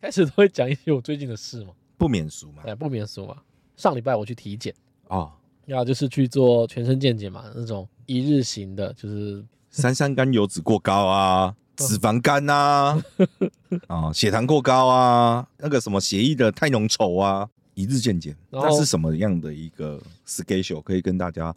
开始都会讲一些我最近的事 嘛，不免俗嘛。哎，不免俗嘛。上礼拜我去体检，哦，要就是去做全身健检嘛，那种一日型的，就是三酸甘油脂过高啊，脂肪 肝啊，哦，血糖过高啊，那个什么血液的太浓稠啊，一日健检。然那后是什么样的一个 schedule 可以跟大家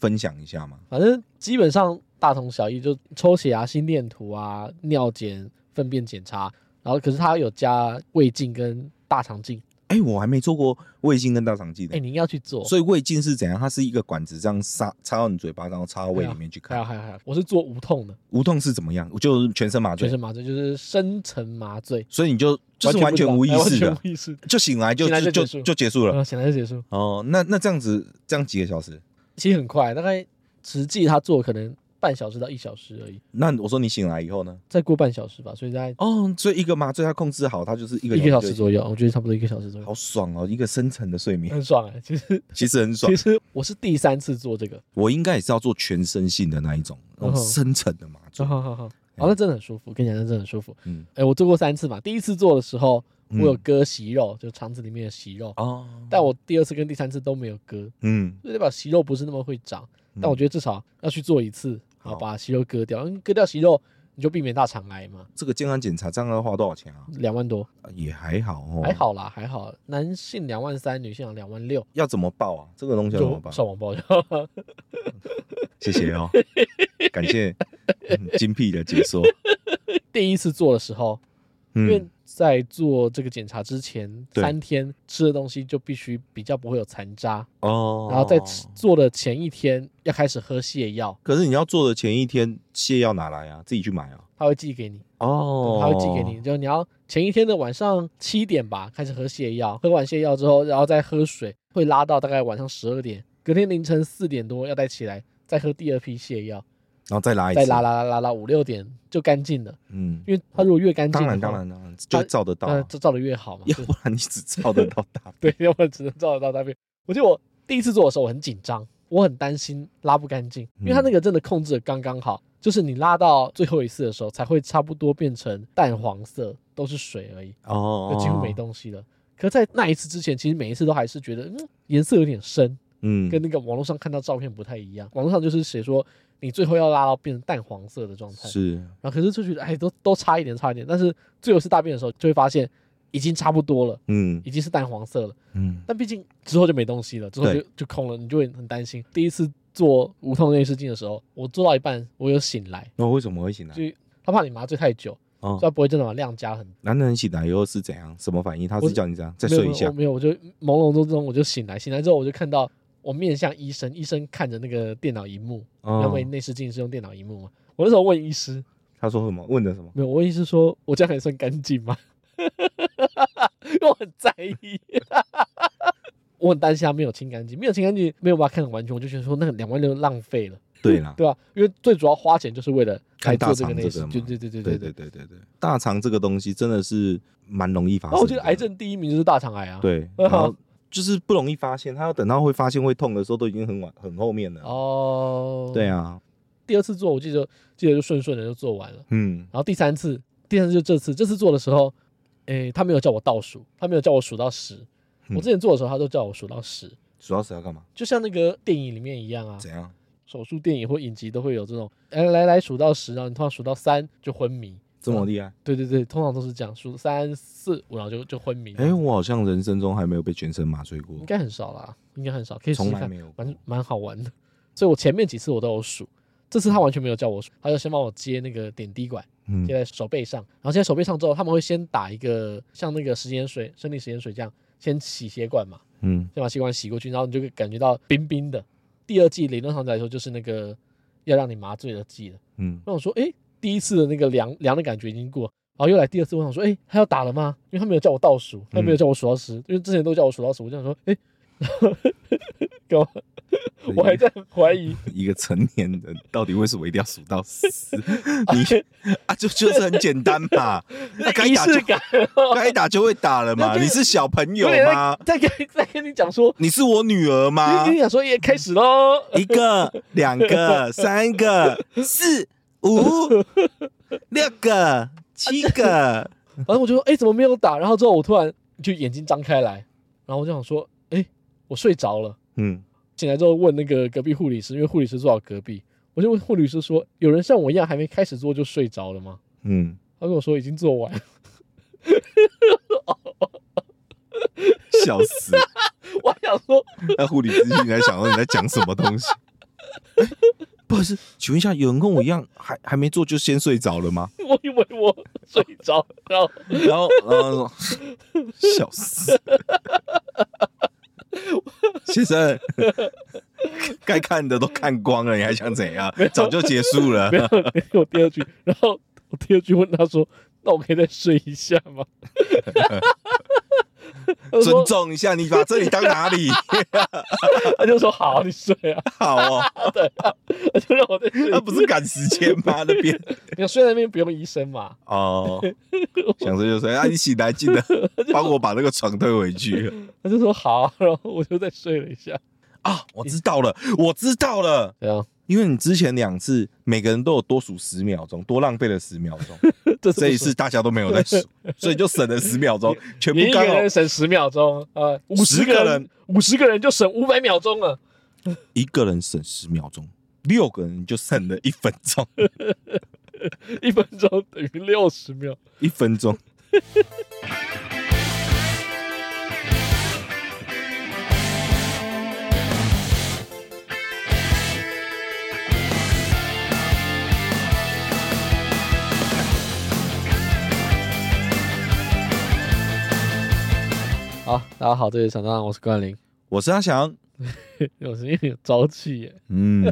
分享一下吗？反正基本上大同小异，就抽血啊、心电图啊、尿检、粪便检查，然后可是它有加胃镜跟大肠镜，哎、我还没做过胃镜跟大肠镜哎、的，你应该要去做。嗯所以胃镜是怎样？它是一个管子这样插插到你嘴巴，然后插到胃里面去还看。哎有还有还有，我是做无痛的无痛是怎么样？就是全身麻全醉，身麻醉，就是深层麻醉，所以你就就是完全无不意知道哎完识的全，无意识的，就醒来就醒来就就就结束就结束啊然了。后醒来就结束。哦，那那这样子，这样几个小时？其实很快，大概实际他做可能半小时到一小时而已，那我说你醒来以后呢？再过半小时吧，所以大概哦，所以一个麻醉它控制好，它就是一个一个小时右，左右，我觉得差不多一个小时左右，好爽哦，一个深层的睡 眠，很爽哎、其实其实很爽其。实我是第三次做这个，我应该也是要做全身性的那一种，那嗯种哼深层的麻醉好。好好好，哦，那真的很舒服，跟你讲，那真的很舒服。嗯，哎、我做过三次嘛，第一次做的时候我嗯有割息肉，就肠子里面的息肉，哦，但我第二次跟第三次都没有割，嗯，所以代表息肉不是那么会长。但我觉得至少要去做一次，好好把息肉割掉，因为嗯割掉息肉你就避免大肠癌嘛。这个健康检查这样要花多少钱啊？两万多，也还好哦，还。好啦，还好。男性两万三，女性有两万六，要怎么报啊？这个东西要怎么就报？上网报就好了。 谢谢 哦，感谢、嗯精辟的解 说。第一次做的时候，因为嗯，在做这个检查之前对三天吃的东西就必须比较不会有残渣，哦，然后在吃做的前一天要开始喝泻药，可是你要做的前一天泻药拿来啊，自己去买啊。他会寄给你，哦他会寄给你，。就是你要前一天的晚上七点吧开始喝泻药，喝完泻药之后，然后再喝水，会拉到大概晚上十二点，隔天凌晨四点多要再起来再喝第二批泻药，然后再拉一次。再拉。拉拉拉拉五六点就干净了，嗯，因为他如果越干净当的话，然当然当然，就照得到啊、那这照的越好嘛，要就不然你只照得到大 对，要不然只能照得到大便。我记得我第一次做的时候，我很紧张，我很担心拉不干净，因为嗯它那个真的控制的刚刚好，就是你拉到最后一次的时候，才会差不多变成淡黄色，都是水而已，哦就几乎没。东西了。可在那一次之前，其实每一次都还是觉得，嗯，颜色有点深，嗯，跟那个网络上看到照片不太一样。网络上就是写说，你最后要拉到变成淡黄色的状态，是然后可是就觉得，哎，都都差一点，差一点。但是最后一次大便的时候，就会发现已经差不多了，嗯已经是淡黄色了。嗯，但毕竟之后就没东西了，之后就对就空了，你就会很担心。第一次做无痛内视镜的时候，我做到一半，我有醒来，那为什么会醒来？就他怕你麻醉太久，所以哦，他不会真的把量加很多。男人醒来以后是怎样？什么反应？他我是叫你这样再没有睡一下我？没有，我就朦胧中中我就醒来，醒来之后我就看到我面向医生，医生看着那个电脑荧幕，哦因为内视镜是用电脑荧幕嘛。我那时候问医师，他说什么？问的什么？没有，我问医师说我这样还算干净吗？ 因为我很在意。 我很担心他没有清干净，没有清干净，没有把它看得完全，我就觉得说那个两万六浪费了。对啦，对吧、因为最主要花钱就是为了来看啊大做这肠个这内视个，嘛对对 对对对对对。对对对，大肠这个东西真的是蛮容易发然生后的。我觉得癌症第一名就是大肠癌啊。。 对，嗯然后就是不容易发现，他要等到会发现会痛的时候，都已经很晚很后面了。哦。对。啊，第二次做，我记得记得就顺顺的就做完了。嗯，然后第三次，第三次就这次，这次做的时候，诶，他没有叫我倒数，他没有叫我数到十。嗯我之前做的时候，他都叫我数到十，主要是要干嘛？就像那个电影里面一样啊，怎样？手术电影或影集都会有这种，来来来，数到十，然后你通常数到三就昏迷。这么厉害？对对对，通常都是这样，数三四五，然后就就昏迷。哎、我好像人生中还没有被全身麻醉过应，该很少啦，应该很少，可以试试从来看，没有过蛮蛮好玩的。所以我前面几次我都有数，这次他完全没有叫我数，他就先帮我接那个点滴管，嗯接在手背上，然后接在手背上之后，他们会先打一个像那个食盐水、生理食盐水这样，先洗血管嘛，嗯，先把血管洗过去，然后你就会感觉到冰冰的。第二季理论上来说就是那个要让你麻醉的剂了。嗯，那我说，诶，第一次的那个凉凉的感觉已经过，然后又来第二次，我想说，诶，他要打了吗？因为他没有叫我倒数，他嗯没有叫我数到十、因为之前都叫我数到十，我就想说，诶，干嘛？ 我还在怀疑，一个成年人到底为什么一定要数到十？ 你啊，就就是很简单嘛，那该仪打就式感，该打就会打了嘛。那就你是小朋友有点吗？啊在在跟在跟你讲说，你是我女儿吗跟？你讲说也开始喽，一个、两个、三 个、四、五、六个、七个，反正我就说，哎、怎么没有打？然后之后我突然就眼睛张开来，然后我就想说，哎、我睡着了。嗯，醒来之后问那个隔壁护理师，因为护理师坐我隔壁，我就问护理师说，有人像我一样还没开始做就睡着了吗？嗯，他跟我说已经做完了，笑死！ 我还想说 那护理咨询在想说你在讲什么东西？哎不好意思，请问一下，有人跟我一样还还没做就先睡着了吗？我以为我睡着，然后然后，嗯、呃，笑死！先生， 该看的都看光了，你还想怎样？早就结束了没。有没有第二句，然后我第二句问他说，那我可以再睡一下吗？他尊说，重一下，你把这里当哪 里？他就说好，你睡啊，好哦，他就让我再睡一下。那不是赶时间吗？那边你要睡在那边不用医生嘛？哦，想睡就睡啊！你醒来记得帮我把那个床推回去他就说好啊，然后我就再睡了一下。啊！我知道了，我知道了，对啊，因为你之前两次每个人都有多数十秒钟，多浪费了十秒钟。 这这一次次大家都没有 在数，所以就省了十秒钟，全部你一个刚好人省十秒钟，呃，五哦十10个个人人，五十个人就省五百秒钟了。一个人省十秒钟，六个人就省了一分 钟，一分钟等于六十秒。一分钟。好，大家好，这里是小张，我是关林。我是阿翔，我是因为有朝气耶，嗯，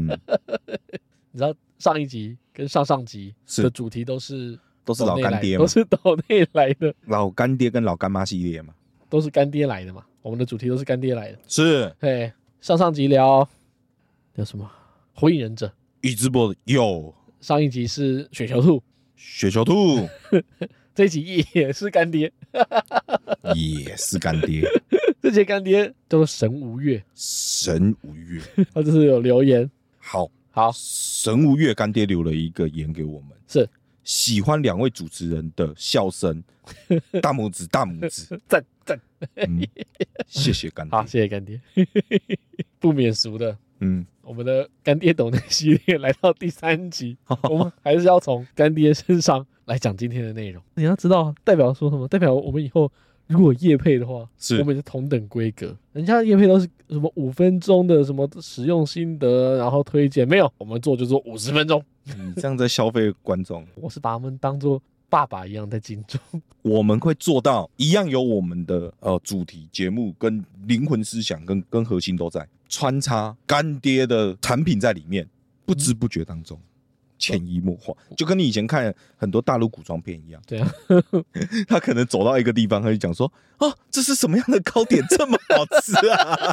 你知道上一集跟上上集是的主题都是都是岛老内干来爹嘛都，是岛内来的，老干爹跟老干妈系列嘛，都是干爹来的嘛。我们的主题都是干爹来的。是对，上上集聊聊什么？火影忍者。宇智波的有上一集是雪球兔，雪球兔这一集也是干爹， 也是干爹，这集干爹叫做神无月，神无月，他就是有留言。好，好，神无月干爹留了一个言给我们，是喜欢两位主持人的笑声，大拇指大拇 指，赞赞。嗯，谢谢干爹好，，谢谢干爹。 不免俗的，嗯，我们的干爹抖内系列来到第三集， 我们还是要从干爹身上来讲今天的内容。你要知道，代表说什么？代表我们以后如果业配的话，是我们是同等规格。人家的业配都是什么五分钟的什么使用心得，然后推荐，没有，我们做就做五十分钟。你这样在消费观众。我是把他们当做爸爸一样在敬重。我们会做到一样有我们的呃主题节目跟灵魂思想跟跟核心都在穿插干爹的产品在里面，不知不觉当中潜移默化，就跟你以前看很多大陆古装片一样， 对啊，他可能走到一个地方，他就讲说啊，这是什么样的糕点这么好吃啊？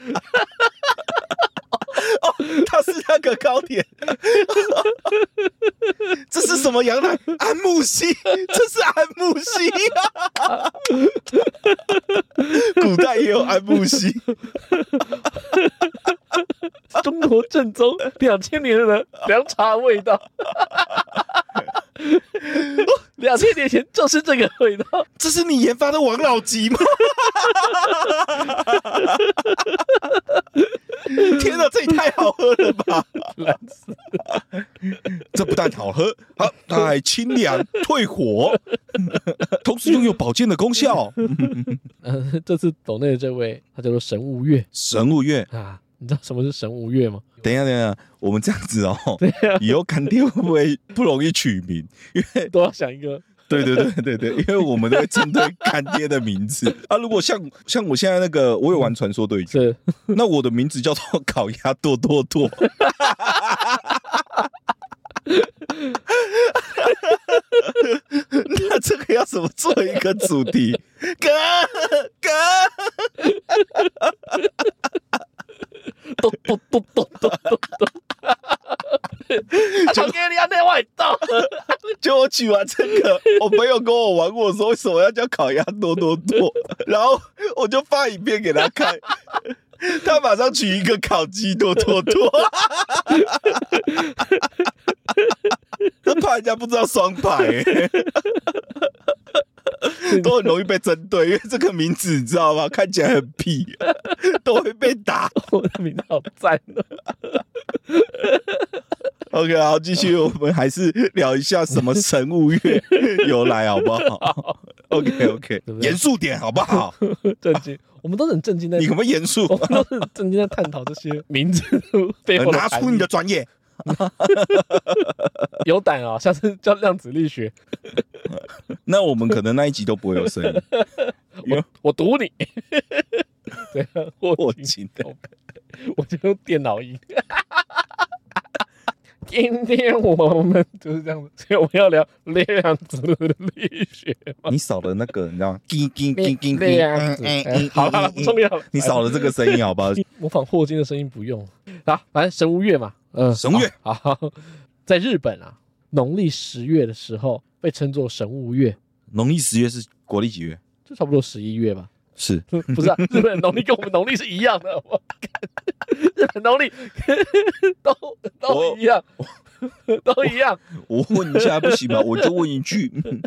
哦，它是那个糕点， 这是什么羊奶？安慕希，这是安慕希、啊 古代也有安慕希，中国正宗两千年的凉茶味 道，哦两千年前就是这个味道。这是你研发的王老吉 吗？天哪，这也太好喝了吧！烂 这不但好喝，好它还清凉、退火， 同时拥有保健的功效。呃， 这次抖内的这位，他叫做神无月神物月，啊，你知道什么是神无月 吗？等一下，等一下，我们这样子哦，以后干爹会不会不容易取名？都要想一个对对对对对，因为我们都会针对 干爹的名字啊。如果像像我现在那个，我有玩传说对决， 是那我的名字叫做烤鸭剁剁剁。 那这个要怎么做一个主题？哥哥，咚咚咚咚咚咚咚。就给你啊，那味道， 就我取完这个，我朋友跟我玩过，说为什么要叫烤鸭剁剁剁， 然后我就发影片给他看， 他马上取一个烤鸡剁剁剁， 他怕人家不知道双排、欸 都很容易被针对，因为这个名字你知道吗？看起来很屁，都会被打。 我的名字好赞哦 OK，好，继续，我们还是聊一下什么神物乐由来，好不好？OK OK，对不对严肃点，好不好？震惊！我们都很震惊在你，可不可以严肃 我？们都很震惊在探讨这些名字背后的拿含出你义的专业。有胆啊！下次叫量子力学，那我们可能那一集都不会有声音，因为我赌你。 对啊，我我紧的。我就用电脑音。今天我们就是这样子，所以我们要聊量子力学。你少了那个，你知嗯道吗？叮叮叮叮叮，量子，哎好了，不重要了。嗯哎你少了这个声音，好不好？模仿霍金的声音不用啊，反正神无月嘛，嗯，神无月好，好，在日本啊，农历十月的时候被称作神无月，农历十月是国历几月？就差不多十一月吧。 是不是、啊，日本农历跟我们农历是一样的，我看日本农历 都都一样，都一样，我问一下不行吗？我就问一句，嗯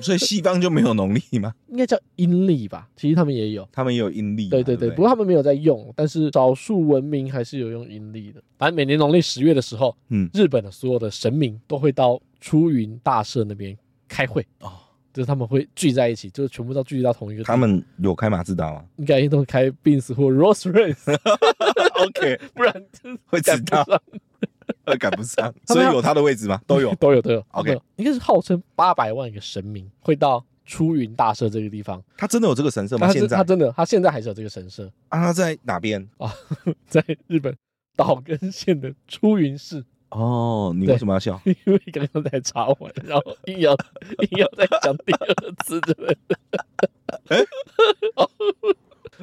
所以西方就没有农历吗？应该叫阴历吧？其实他们也有，他们也有阴历嘛，对对对对，不过他们没有在用，但是少数文明还是有用阴历的。反正每年农历十月的时候，嗯，日本的所有的神明都会到出云大社那边开会，哦，就是他们会聚在一起，就是全部都聚集到同一个地方。他们有开马自达吗应该都会开 Benz 或 Rolls Royce， ？OK，不然就是会赶迟不到，上。会赶不上， 他所们以要。有他的位置吗？都有 都有都有。 OK 他们应该是号称八百万个神明会到出云大社这个地方，他真的有这个神社吗？他现是在他啊，真的他现在还是有这个神社，他在哪边？ 在日本岛根县的出云市。 哦，你对为什么要笑？因为刚刚才查完，然后硬要硬要再讲第二次的 人，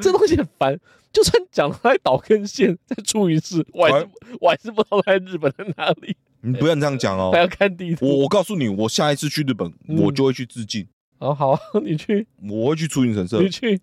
这东西很烦。就算讲他在岛根县，在出云市，我哦还是我还是不知道他在日本的哪里，你不要这样讲哦还。要看地图。我我告诉你，我下一次去日本，嗯我就会去致敬，哦，好啊，你去，我会去出云神社你去，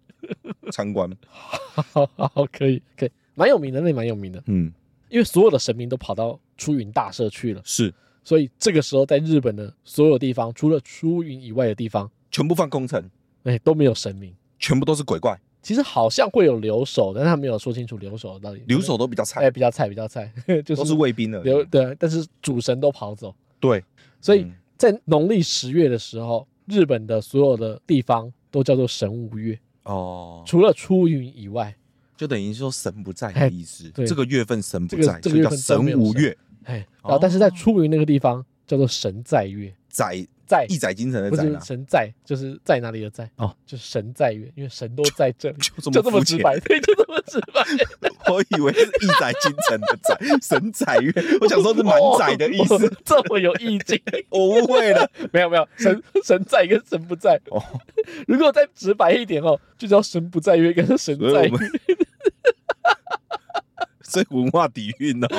参观。好好好，可以，可以，蛮有名的，那蛮有名的。嗯，因为所有的神明都跑到出云大社去了，是，所以这个时候在日本的所有地方，除了出云以外的地方，全部放空城，哎，都没有神明。全部都是鬼怪，其实好像会有留守，但是他没有说清楚留守到底。留守都比较哎菜，比较菜，比较菜， 就都是卫兵的。留对，啊但是主神都跑走，啊对，所以嗯在农历十月的时候，日本的所有的地方都叫做神无月，哦，除了出云以外，就等于说神不在哎的意思。对这个月份神这不个在，这所个以月叫份都没神有无神月，哎，然后但哦是在出云那个地方叫做神在月，载在一载精神的不载是啊，神在，就是在哪里的在哦，就是神在月，因为神都在这里，就就这这么么肤直浅。白，对，就这么直白。我以为是一载京城的载，神载月，我想说是满载的意 思，哦，这么有意境。我误会了。 没有没有，神神在跟神不在。哦， 如果再直白一点哦，就叫神不在约跟神所在以约 我们，所以文化底蕴 哦，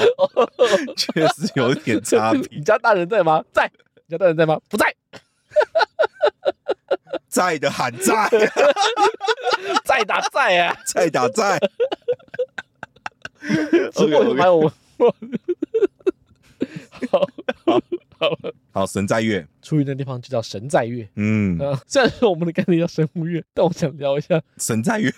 确实有点差别。你家大人在吗？在。你家大人在吗？不在，在的喊 在，在打在 啊！在打在。直播 OK，OK 就把我们。 好，好，神在月，出云那地方就叫神在月嗯，啊。虽然说我们的概念叫神无月，但我想聊一下 神在月，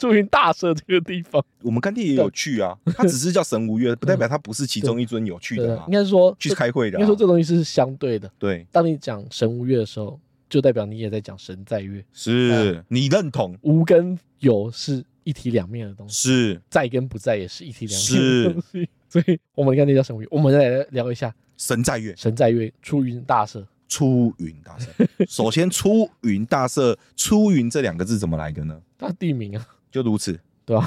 出云大社这个地方。我们干爹也有去啊，他只是叫神无月，不代表他不是其中一尊有趣嗯对的的啊应，该说去这开会的应该啊。说这东西是相对的。对，当你讲神无月的时候，就代表你也在讲神在月。嗯是你认同，无跟有是一体两面的东西，是在跟不在也是一体两面的东西。所以我们刚才叫神无月，我们再来聊一下神在月。神在月出云大社。出云大社。 首先，出云大社，出云这两个字怎么来的呢？它地名啊，就如此，对吧、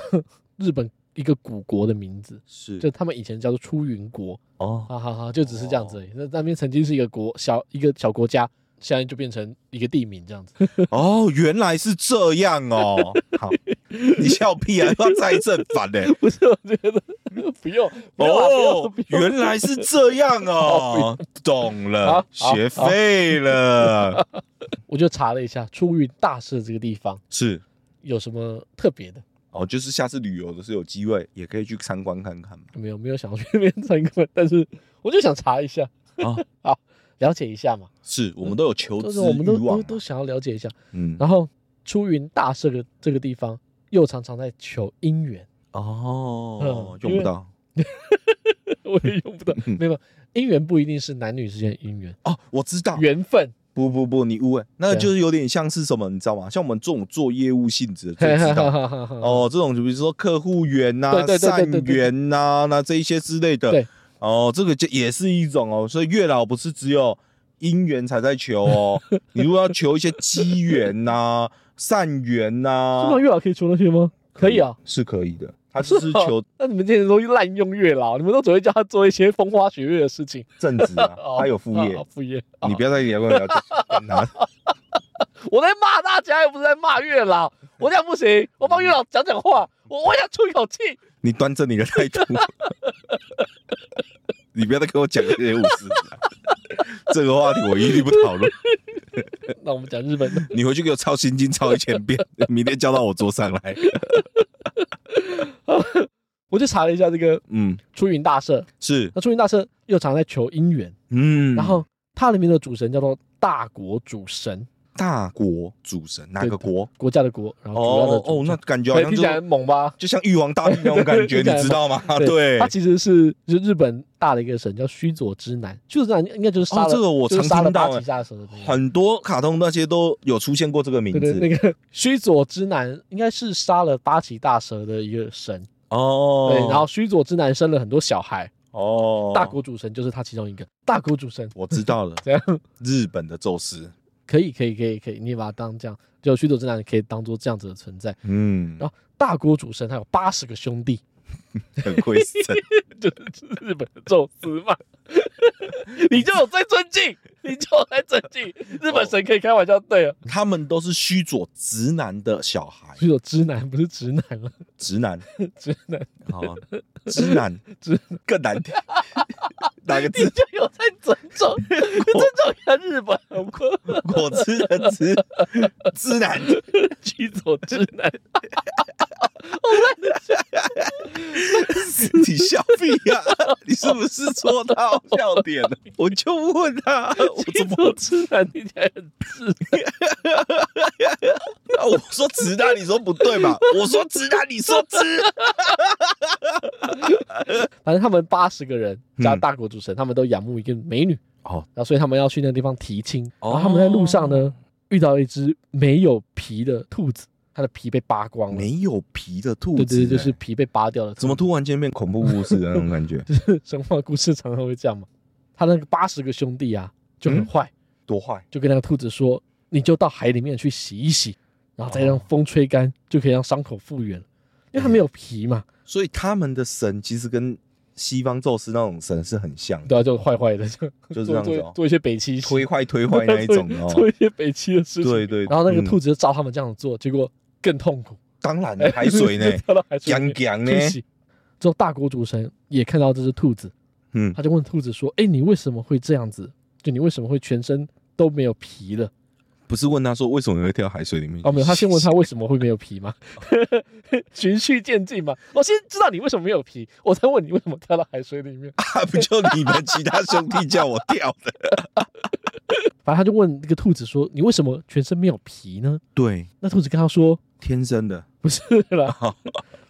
日本一个古国的名字，是就他们以前叫做出云国，哦，哈哈哈，就只是这样子而已。那那边曾经是一个国小一个小国家，现在就变成一个地名这样子。 哦，原来是这样哦。好，你笑屁啊！要再一阵反 呢、不是，我觉得不用，不用啊不用哦不，用原来是这样 哦，懂了，好好学 废了，我就查了一下出云大社这个地方是有什么特别的。哦，就是下次旅游的时候有机会也可以去参观看看嘛。 没有没有想要去那边参观，但是我就想查一下。啊，了解一下嘛，是我们都有求就知是我们都欲望都啊，都想要了解一下。嗯，然后出云大社的这个地方，又常常在求姻缘， 哦，嗯用因不为到我也用不到，嗯没有姻缘不一定是男女之间的姻缘，哦，我知道，缘 分，不不不，你误会，那个对啊就是有点像是什么，你知道吗？像我们这种做业务性质的 最知道。哦，哦，这种就比如说客户缘呐、对对对对善对对缘呐，那这一些之类的。对，哦，这个就也是一种哦，所以月老不是只有姻缘才在求 哦，你如果要求一些机缘呐、善缘呐、这种月老可以求那些吗？可以啊，，是可以的。他只是求那你们这些人都滥用月老，你们都只会叫他做一些风花雪月的事情，正职啊， 哦他有副业啊，副业。你啊不要再聊了解跟他。我在骂大家，又不是在骂月老，我这样不行，我帮月老讲讲话，我我想出一口气。你端正你的态度， 你不要再跟我讲这些五十，啊这个话题我一律不讨论。 那我们讲日本的，你回去给我抄心经抄一千遍， 明天交到我桌上来。我就查了一下这个嗯，出云大社，是，那出云大社又常在求姻缘，嗯，然后它里面的主神叫做大国主神，大国主神哪个国？国家的国，然哦后主要的哦主哦，神那感觉好对像听就起来很猛吧？就像玉皇大帝那种感听觉，起来你知 道吗？对他，其实是就是日本大的一个神叫须佐之男，须佐之男应该就是杀了、哦这个我就是常杀了听到八哎岐下手的那个。很多卡通那些都有出现过这个名对对，字那个须佐之男应该是杀了八岐大蛇的一个神，哦。对，然后须佐之男生了很多小孩，哦，大国主神就是他其中一个。大国主神我知道了， 这样日本的宙斯，可以，可以，可以，可以，你也把它当这样，就须佐之男可以当做这样子的存在。 嗯，然后大国主神他有八十个兄弟，很会整。就是日本的宙斯嘛。你就有在尊 敬，你就有在尊敬日本神，可以开玩笑对啊了。他们都是须佐直男的小孩，哦须佐之男不是直男了，直男， 直男好啊，直男， 直更难 听，哪个你字？就有在尊 重，尊重一下日本好吗？果汁的汁，直男，须佐之男，你笑屁呀、你是不是戳到笑点了？我就问 他，我须怎佐么？之男听起来很直，啊我说直男，你说不对 吧？我说直男，你说直，反正他们八十个人加嗯大国主神，他们都仰慕一个美女哦，然后所以他们要去那个地方提亲，哦然后他们在路上呢遇到一只没有皮的兔子，它的皮被扒光了，没有皮的兔对子、对对，就欸是皮被扒掉了。 怎么突然间变恐怖故事的那种感觉？就是神话故事常常会这样嘛？他那个八十个兄弟啊就嗯很坏，多坏就跟那个兔子说，你就到海里面去洗一洗，然后再让风吹干，就可以让伤口复原了因为它没有皮嘛，所以他们的神其实跟西方宙斯那种神是很像的，对啊，就坏坏的，就就是这做样子做哦做一些北七推坏推坏那一种的哦。 做一些北七的事情。对对，然后那个嗯兔子就照他们这样做，结果更痛苦，当然了海水呢 就，跳到海水里讲面讲呢去，洗。之后大国主神也看到这只兔子，嗯，他就问兔子说：“哎，你为什么会这样子？就你为什么会全身都没有皮了？”不是问他说为什么会跳海水里面？哦，没有，他先问他为什么会没有皮嘛， 循序渐进嘛。我先知道你为什么没有皮，我才问你为什么跳到海水里面。啊，不就你们其他兄弟叫我跳的？反正他就问那个兔子说：“你为什么全身没有皮呢对，？”那兔子跟他说天生的：“不是哦啦。”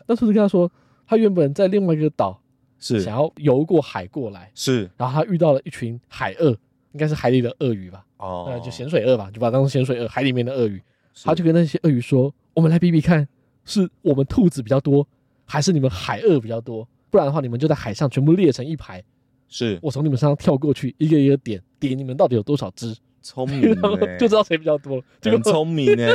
那兔子跟他说：“他原本在另外一个岛，是想要游过海过来，是然后他遇到了一群海鳄，应该是海里的鳄鱼吧，呃哦那就咸水鳄吧，就把它当成咸水鳄，海里面的鳄鱼。是他就跟那些鳄鱼说：“我们来比比看，是我们兔子比较多，还是你们海鳄比较多？不然的话，你们就在海上全部列成一排，是我从你们身上跳过去，一个一个点，点你们到底有多少只，聪明 然后呢，就知道谁比较多。”结很果，聪明呢。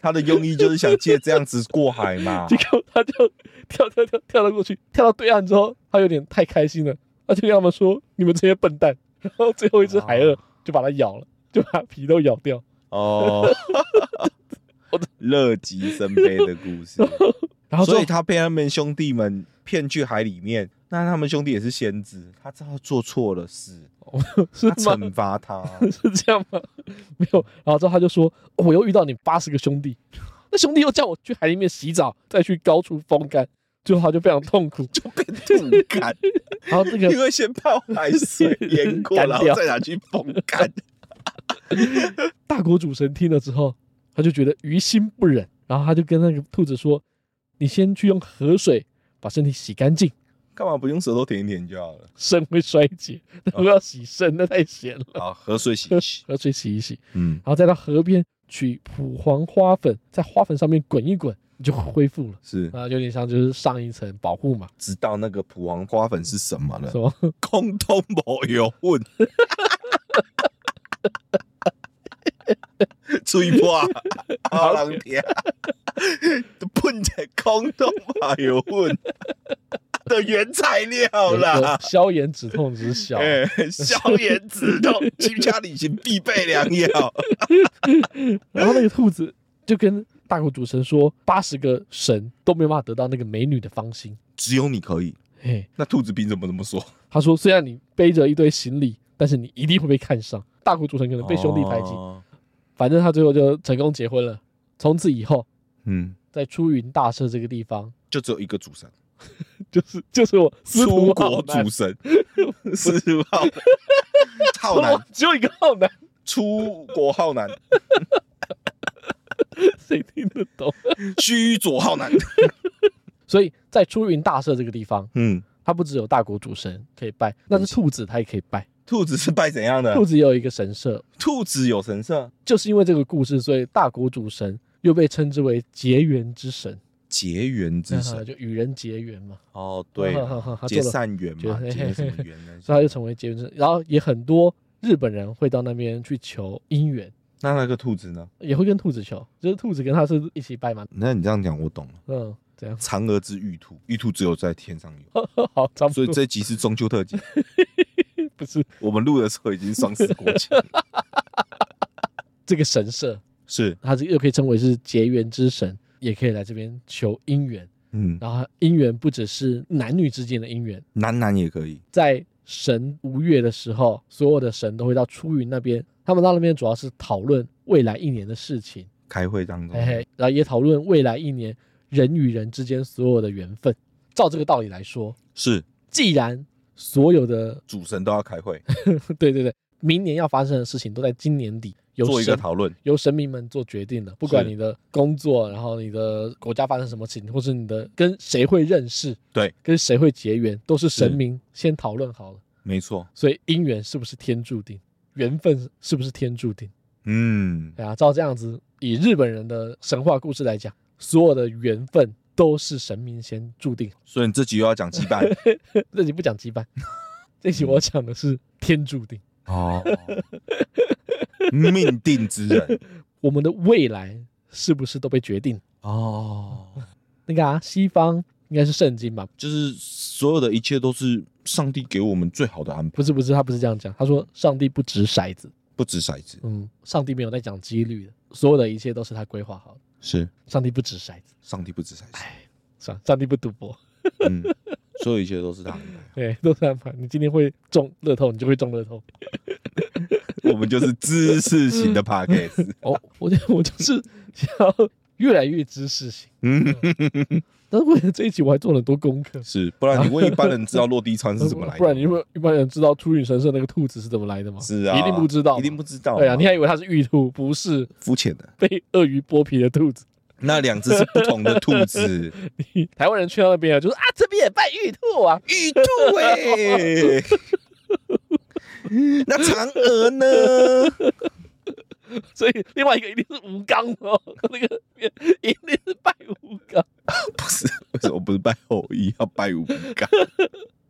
他的用意就是想借这样子过海嘛结。果他就 跳跳跳跳了过去，跳到对岸之后，他有点太开心了，他就跟他们说：“你们这些笨蛋！” 然后最后一只海鳄哦就把它咬了，就把皮都咬掉。哦 我的，乐极生悲的故 事。然后之所后以他被他们兄弟们骗去海里面，那他们兄弟也是先知，他知道做错了事，是吗？他惩罚他。 是这样吗？没有。然后之后他就说，哦我又遇到你八十个兄弟， 那兄弟又叫我去 海里面洗澡，再去高处风干，最后他就非常痛苦， 就被吐干，然后这个因为先泡海 水淹过，干然后掉再拿去风干。大国主神听了之后，他就觉得于心不忍，然后他就跟那个兔子说：“你先去用河水把身体洗干净，干嘛不用舌头舔一舔就好了？肾会衰竭，那不要洗肾，那太咸了。好，河 水洗一河洗。河水洗一洗，嗯，然后再到河边取蒲黄花粉，在花粉上面滚一滚，你就恢复了。是啊，有点像就是上一层保护嘛，知道那个蒲黄花粉是什么了什？么。空通没有 混，嘴巴好难听，喷在空通没有混的原材料啦消炎止痛之效。哎、消炎止痛，居家旅行必备良药。然后那个兔子就跟大国主神说，八十个神都没有办法得到那个美女的芳心。只有你可以。嘿，那兔子凭什么这么说？他说：“虽然你背着一堆行李，但是你一定会被看上。大国主神可能被兄弟排挤，哦反正他最后就成功结婚了。从此以后，嗯，在出云大社这个地方，就只有一个主神， 就是就是我司徒出浩国南 主，神，司徒浩南，浩 南，只有一个浩南，出国浩 南，谁听得懂？须佐浩南。所以在出云大社这个地方，嗯，它不只有大国主神可以拜，那是兔子它也可以拜。兔子是拜怎样的兔？子也有一个神社，兔子有神社，就是因为这个故事，所以大国主神又被称之为结缘之神，结缘之 神。就与人结缘嘛。哦， 对呵呵呵啦呵，嗯结做了善缘嘛，结结什么缘呢？所以他就成为结缘之神。然后也很多日本人会到那边去求姻缘，那那个兔子呢？也会跟兔子求，就是兔子跟他是一起拜嘛。那你这样讲我懂了。嗯，这样嫦娥之玉兔，玉兔只有在天上有， 好，差不所以多这集是中秋特辑。 不是我们录的时候已经双十国 庆了，这个神社，是，它这又可以称为是结缘之神，也可以来这边求姻缘。嗯，然后姻缘不只是男女之间的姻缘，男男也可以，在神无月的时候，所有的神都会到出云那边。他们到那边主要是讨论未来一年的事情，开会当中嘿，嘿，然后也讨论未来一年人与人之间所有的缘分。照这个道理来说，是既然所有的 主神都要开会，对对对，明年要发生的事情都在今年底由做一个神讨论，由神明们做决定了，不管是你的工作，然后你的国家发生什么事情，或是你的跟谁会认识，对，跟谁会结缘，都是神是明先讨论好了。没错，所以姻缘是不是天注定，缘分是不是天注定？嗯，对啊，照这样子，以日本人的神话故事来讲，所有的缘分都是神明先注定。 所以你这集又要讲羁绊这集不讲羁绊， 这集我讲的是天注定。哦，命定之人我们的未来是不是都被决定？ 哦，那个啊，西方应该是圣经吧？就是所有的一切都是上帝给我们最好的安排，不是不是，他不是这样讲，他说上帝不掷骰子，不止骰子，嗯，上帝没有在讲几率的，所有的一切都是他规划好的。是哎上帝不掷骰子，上帝不止骰子，上上帝不赌博， 嗯，所有一切都是他安排，对，都是安排。你今天会中乐透，你就会中乐透。 我们就是知识型的 podcast，哦，我就我就是想要越来越知识型， 嗯，但是为了这一集，我还做了很多功课。是，不然你问一般人知道落地窗是怎么来的？ 不然你们一般人知道出云神社那个兔子是怎么来的吗？是啊，一定不知道，一定不知道嘛，对啊，你还以为它是玉兔，不是肤浅的。被鳄鱼剥皮的兔子。那两只是不同的兔 子，台湾人去到那边啊，就是啊，这边也拜玉兔啊，玉兔 哎、那嫦娥呢？所以另外一个一定是吴刚哦，那个一定是拜吴刚。不是，为什么不是拜后羿，要拜吴 刚？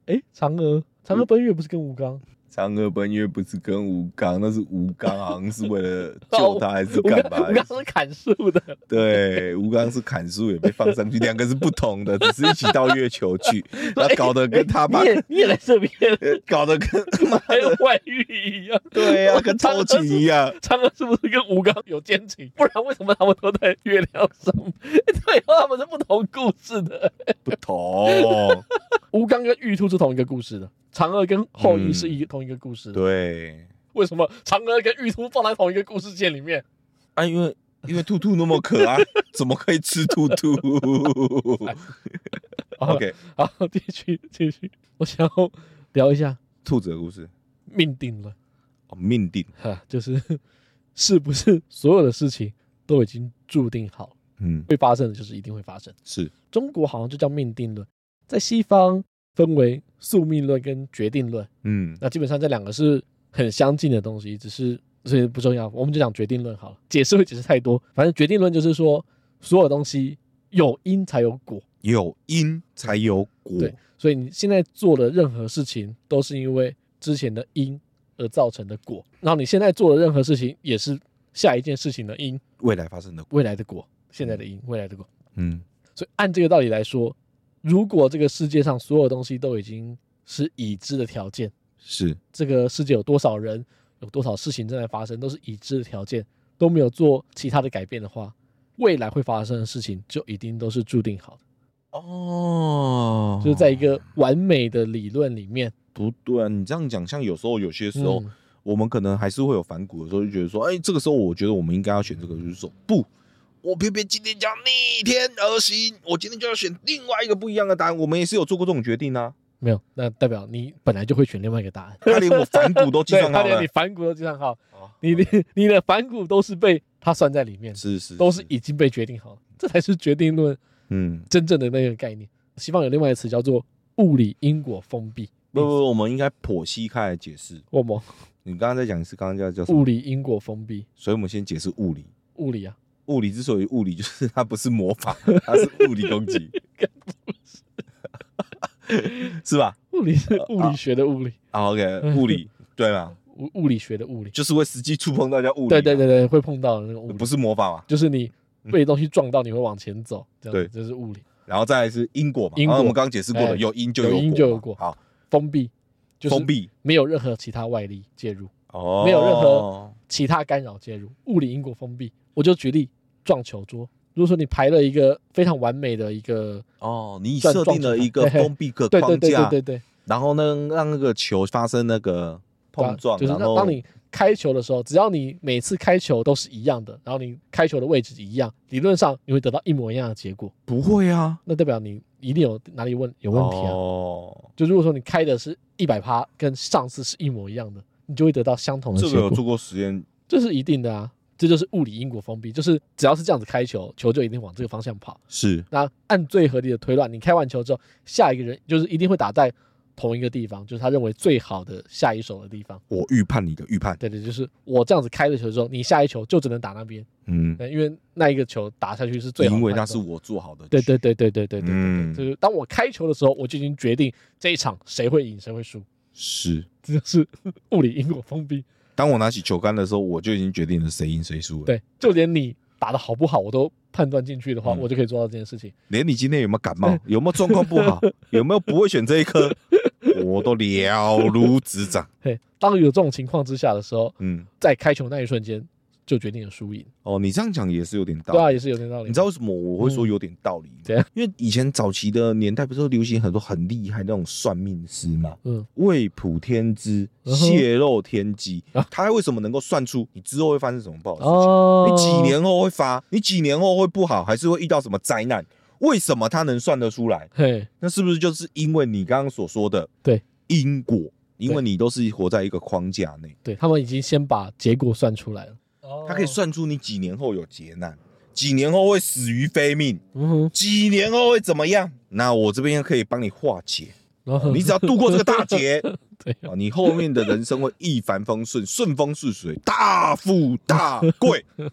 哎，嫦娥，嫦娥嗯奔月不是跟吴刚？嫦娥奔月不是跟吴刚，那是吴刚好像是为了救他还是吴刚干嘛 吴？刚是砍树的，对，吴刚是砍树也被放上去，两个是不同的，只是一起到月球 去，那搞得跟他爸你，也你也来这边，呃搞得跟他妈还有外遇一样。对呀、跟偷情一样。嫦娥是不是跟吴刚有奸情？不然为什么他们都在月亮上？对，啊他们是不同故事的。不同，吴刚跟玉兔是同一个故事的，嫦娥跟后羿是一、同一个故事的。嗯对，为什么嫦娥跟玉兔放在同一个故事线里面？啊，因为 因为兔兔那么可爱，怎么可以吃兔兔？哎好了 OK，好，继续继续，我想要聊一下兔子的故事命定了，哦，命定，哈，就是是不是所有的事情都已经注定好，嗯，会发生的就是一定会发生。是中国好像就叫命定论，在西方分为宿命论跟决定论，嗯那基本上这两个是很相近的东西，只是所以不重要，我们就讲决定论好了，解释会解释太多，反正决定论就是说所有东西有因才有果，有因才有果，对，所以你现在做的任何事情都是因为之前的因而造成的果，然后你现在做的任何事情也是下一件事情的因，未来发生的果，未来的果，现在的因，未来的果。嗯所以按这个道理来说，如果这个世界上所有东西都已经是已知的条件，是这个世界有多少人，有多少事情正在发生，都是已知的条件，都没有做其他的改变的话，未来会发生的事情就一定都是注定好的。哦就是在一个完美的理论里面，不对啊，你这样讲，像有时候有些时候、嗯我们可能还是会有反骨的时候，就觉得说，哎、这个时候我觉得我们应该要选这个，就是说不，我偏偏今天讲逆天而行，我今天就要选另外一个不一样的答案。我们也是有做过这种决 定啊，没有，那代表你本来就会选另外一个答案。他连我反骨都计对算，他好连了你。反骨都计算好，哦你你你的反骨都是被他算在里面，是是都是已经被决定好了，这才是决定论嗯，真正的那个概念。西方有另外一个词叫做物理因果封闭，不不不，我们应该剖析开来解释。我们你刚刚在讲一次，刚刚叫叫什么物？理因果封闭，所以我们先解释物理。物理啊，物理之所以物理，就是它不是魔法，它是物理攻击，是吧？物理是物理学的物理，啊，OK，物理对吧？物物理学的物理，就是会实际触碰到叫物理嘛，对对对对，会碰到的那个物理，啊不是魔法嘛？就是你被东西撞到，你会往前走，这样子，这是物理然后再来是因果嘛，因果然后我们刚刚解释过哎了，有因就有有果嘛，因就有果好，封闭，就是封闭没有任何其他外力介入，哦，没有任何其他干扰介入，物理因果封闭。我就举例撞球桌，如果说你排了一个非常完美的一个，哦，你转设定了一个撞球封闭的对对框对对架，对对，然后呢让那个球发生那个对啊碰撞，就是然让后当你开球的时候，只要你每次开球都是一样的，然后你开球的位置一样，理论上你会得到一模一样的结果，不会啊，那代表你一定有哪里问有问题啊。哦，就如果说你开的是一百趴，跟上次是一模一样的，你就会得到相同的这结个果，有做过实验，这是一定的啊。这就是物理因果封闭，就是只要是这样子开球，球就一定往这个方向跑。是那按最合理的推断，你开完球之后，下一个人就是一定会打在同一个地方，就是他认为最好的下一手的地方。我预判你的预判，对对，就是我这样子开的球之后，你下一球就只能打那边，嗯，对因为那一个球打下去是最好的因为判断。那是我做好的，对对对对对对对，嗯就，是当我开球的时候，我就已经决定这一场谁会赢谁会输，是。这就是物理因果封闭。当我拿起球杆的时候，我就已经决定了谁赢谁输了。，对，就连你打的好不好，我都判断进去的话，嗯我就可以做到这件事情。连你今天有没有感 冒，有没有状况不好，有没有不会选这一科，我都了如指掌。嘿，当有这种情况之下的时候，嗯，在开球那一瞬间就决定了输赢，哦，你这样讲也是有点道对啊，理。也是有点道理。你知道为什么我会说有点道理？怎样因为以前早期的年代不是都流行很多很厉害那种算命师嘛，嗯，未卜天知，嗯哼泄露天机啊。他为什么能够算出你之后会发生什么不好的事情？哦，你几年后会发，你几年后会不好，还是会遇到什么灾难？为什么他能算得出来？嘿，那是不是就是因为你刚刚所说的对因果？因为你都是活在一个框架内，对他们已经先把结果算出来了，他可以算出你几年后有劫难，几年后会死于非命，嗯哼，几年后会怎么样？那我这边可以帮你化 解，然后你只要度过这个大劫， 对啊啊，你后面的人生会一帆风顺，顺风顺水，大富大贵，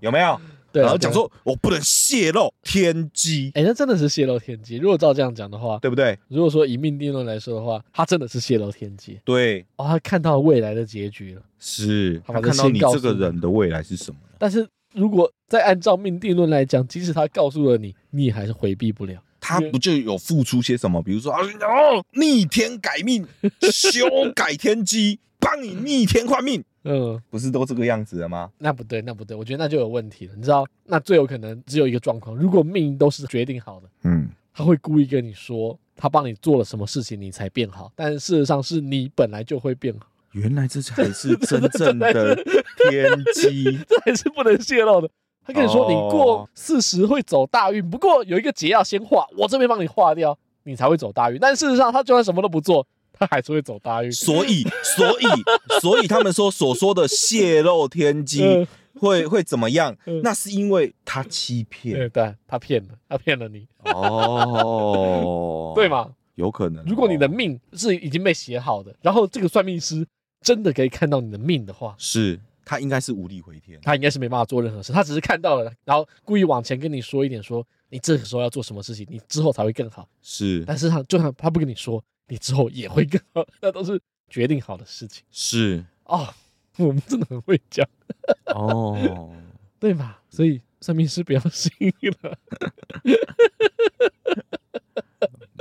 有没有？对啊，然后讲对啊说我不能泄露天机，哎、那真的是泄露天机。如果照这样讲的话，对不对？如果说以命定论来说的话，他真的是泄露天机对，哦，他看到未来的结局了。是好他吧看那到先你告这诉个你人的未来是什么呢？但是如果再按照命定论来讲，即使他告诉了你，你也还是回避不了。他因为不就有付出些什么？比如说啊，哦，逆天改命，修改 天机，帮你逆天换命，嗯，不是都这个样子的吗？那不对，那不对，我觉得那就有问题了。你知道，那最有可能只有一个状况，如果命都是决定好的，嗯，他会故意跟你说他帮你做了什么事情，你才变好，但事实上是你本来就会变好， 原来这才是真正的天机 这还是不能泄露的。他跟你说哦你过四十会走大运，不过有一个劫要先化，我这边帮你化掉。你才会走大运。但事实上，他就算什么都不做，他还是会走大运。所以，所以，所以他们说所说的泄露天机嗯会会怎么样嗯？那是因为他欺骗对对，他骗了，他骗了你，哦对？吗？有可能哦。如果你的命是已经被写好的，然后这个算命师真的可以看到你的命的话，是他应该是无力回天，他应该是没办法做任何事，他只是看到了，然后故意往前跟你说一点说，你这个时候要做什么事情，你之后才会更好。是但是他就算他不跟你说，你之后也会更好，那都是决定好的事情是哦。我们真的很会讲，哦，对吧？所以算命师不要信了，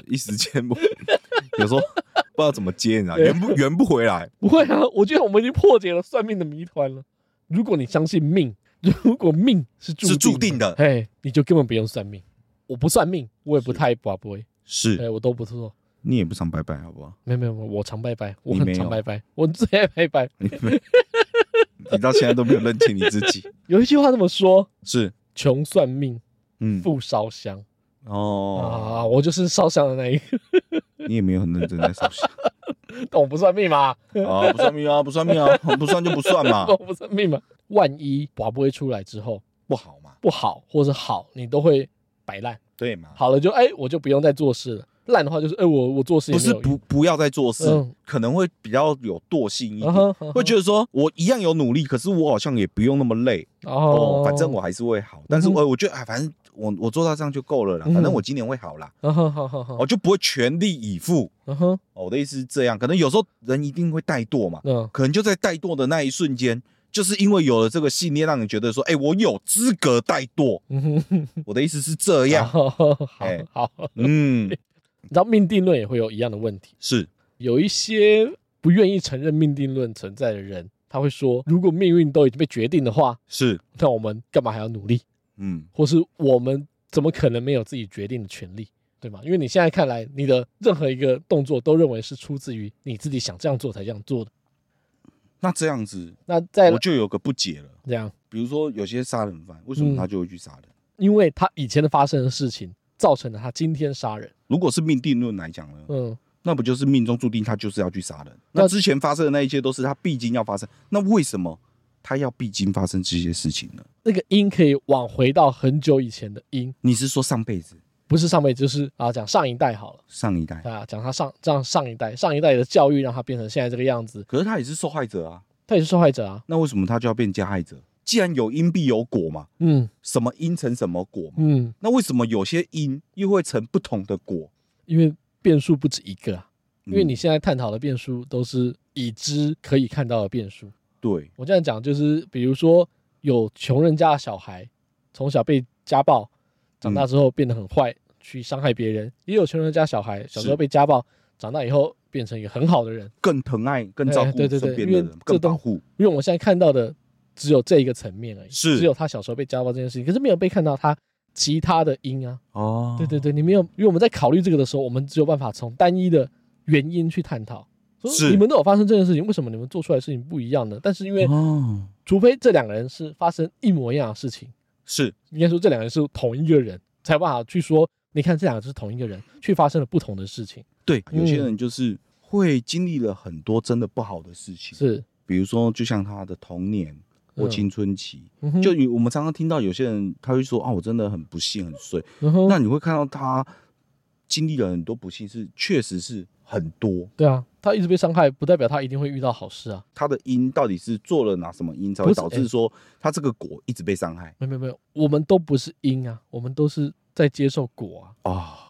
一时间不，有时候不知道怎么接，你知道，对圆不圆不回来。不会啊！我觉得我们已经破解了算命的谜团了。如果你相信命，如果命是注是注定定的哎，你就根本不用算命。我不算命，我也不太卜卜，哎，是我都不做。你也不常拜拜，好不好？没有没有，没有我常拜拜，我你没很有常拜拜，我最爱拜拜。你没你到现在都没有认清你自己，有一句话这么说：是穷算命，嗯富烧香、哦，啊！我就是烧香的那一个，你也没有很认真在收拾但 我不算命嘛，，啊，不算命啊，不算命啊，不算就不算嘛 我不算命嘛。万一寡不会出来之后不好嘛，不好，或是好，你都会摆烂。对嘛？好了就哎，我就不用再做事了。烂的话就是哎，我我做事也不没是有不不要再做事嗯，可能会比较有惰性一嗯哼点嗯， 哼会觉得说我一样有努力，可是我好像也不用那么累哦，反正我还是会好，但是嗯哼我我觉得哎，反正我我做到这样就够了啦，嗯反正我今年会好啦，嗯哼哼哼哼我就不会全力以赴。嗯哼哦我的意思是这样，可能有时候人一定会怠惰嘛，嗯可能就在怠惰的那一瞬间，就是因为有了这个信念，让你觉得说，哎、我有资格怠惰。嗯哼，哦我的意思是这 样，好好哎好，嗯，你知道命定论也会有一样的问题。是有一些不愿意承认命定论存在的人，他会说：如果命运都已经被决定的话，是，那我们干嘛还要努力？嗯，或是我们怎么可能没有自己决定的权利？对吗？因为你现在看来，你的任何一个动作都认为是出自于你自己想这样做才这样做的。那这样子那再我就有个不解了。这样，比如说，有些杀人犯为什么嗯他就会去杀人？因为他以前的发生的事情，造成了他今天杀人。如果是命定论来讲呢，嗯，那不就是命中注定他就是要去杀人？那那之前发生的那一切都是他必经要发生，那为什么他要必经发生这些事情呢？那个因可以往回到很久以前的因，你是说上辈子、不是上辈子就是啊，讲上一代好了。上一代？对啊，讲他上这样上一代，上一代的教育让他变成现在这个样子，可是他也是受害者啊，他也是受害者啊。那为什么他就要变加害者？既然有因必有果嘛，嗯什么因成什么果嘛，嗯，那为什么有些因又会成不同的果？因为变数不止一个啊，因为嗯你现在探讨的变数都是已知可以看到的变数。对我这样讲就是，比如说有穷人家的小孩，从小被家暴，长大之后变得很坏，去伤害别人；也有穷人家小孩，小时候被家暴，长大以后变成一个很好的人。更疼爱、更照哎顾对对对身边因的为人，这更都保护。因为我现在看到的只有这一个层面而已，是只有他小时候被家暴这件事情，可是没有被看到他其他的因啊。哦对对，对，你没有，因为我们在考虑这个的时候，我们只有办法从单一的原因去探讨。说是你们都有发生这件事情，为什么你们做出来的事情不一样呢？但是因为，哦，除非这两个人是发生一模一样的事情，是应该说这两个人是同一个人，才有办法去说，你看这两个是同一个人，却发生了不同的事情。对。嗯有些人就是会经历了很多真的不好的事情，是，比如说，就像他的童年或嗯青春期，嗯哼就有我们常常听到有些人他会说啊，我真的很不幸，很衰。嗯哼那你会看到他经历了很多不幸，是确实是很多。对啊，他一直被伤害，不代表他一定会遇到好事啊。他的因到底是做了哪什么因，才会不是导致说他这个果一直被伤害没有没有没有，我们都不是因啊，我们都是在接受果啊。啊？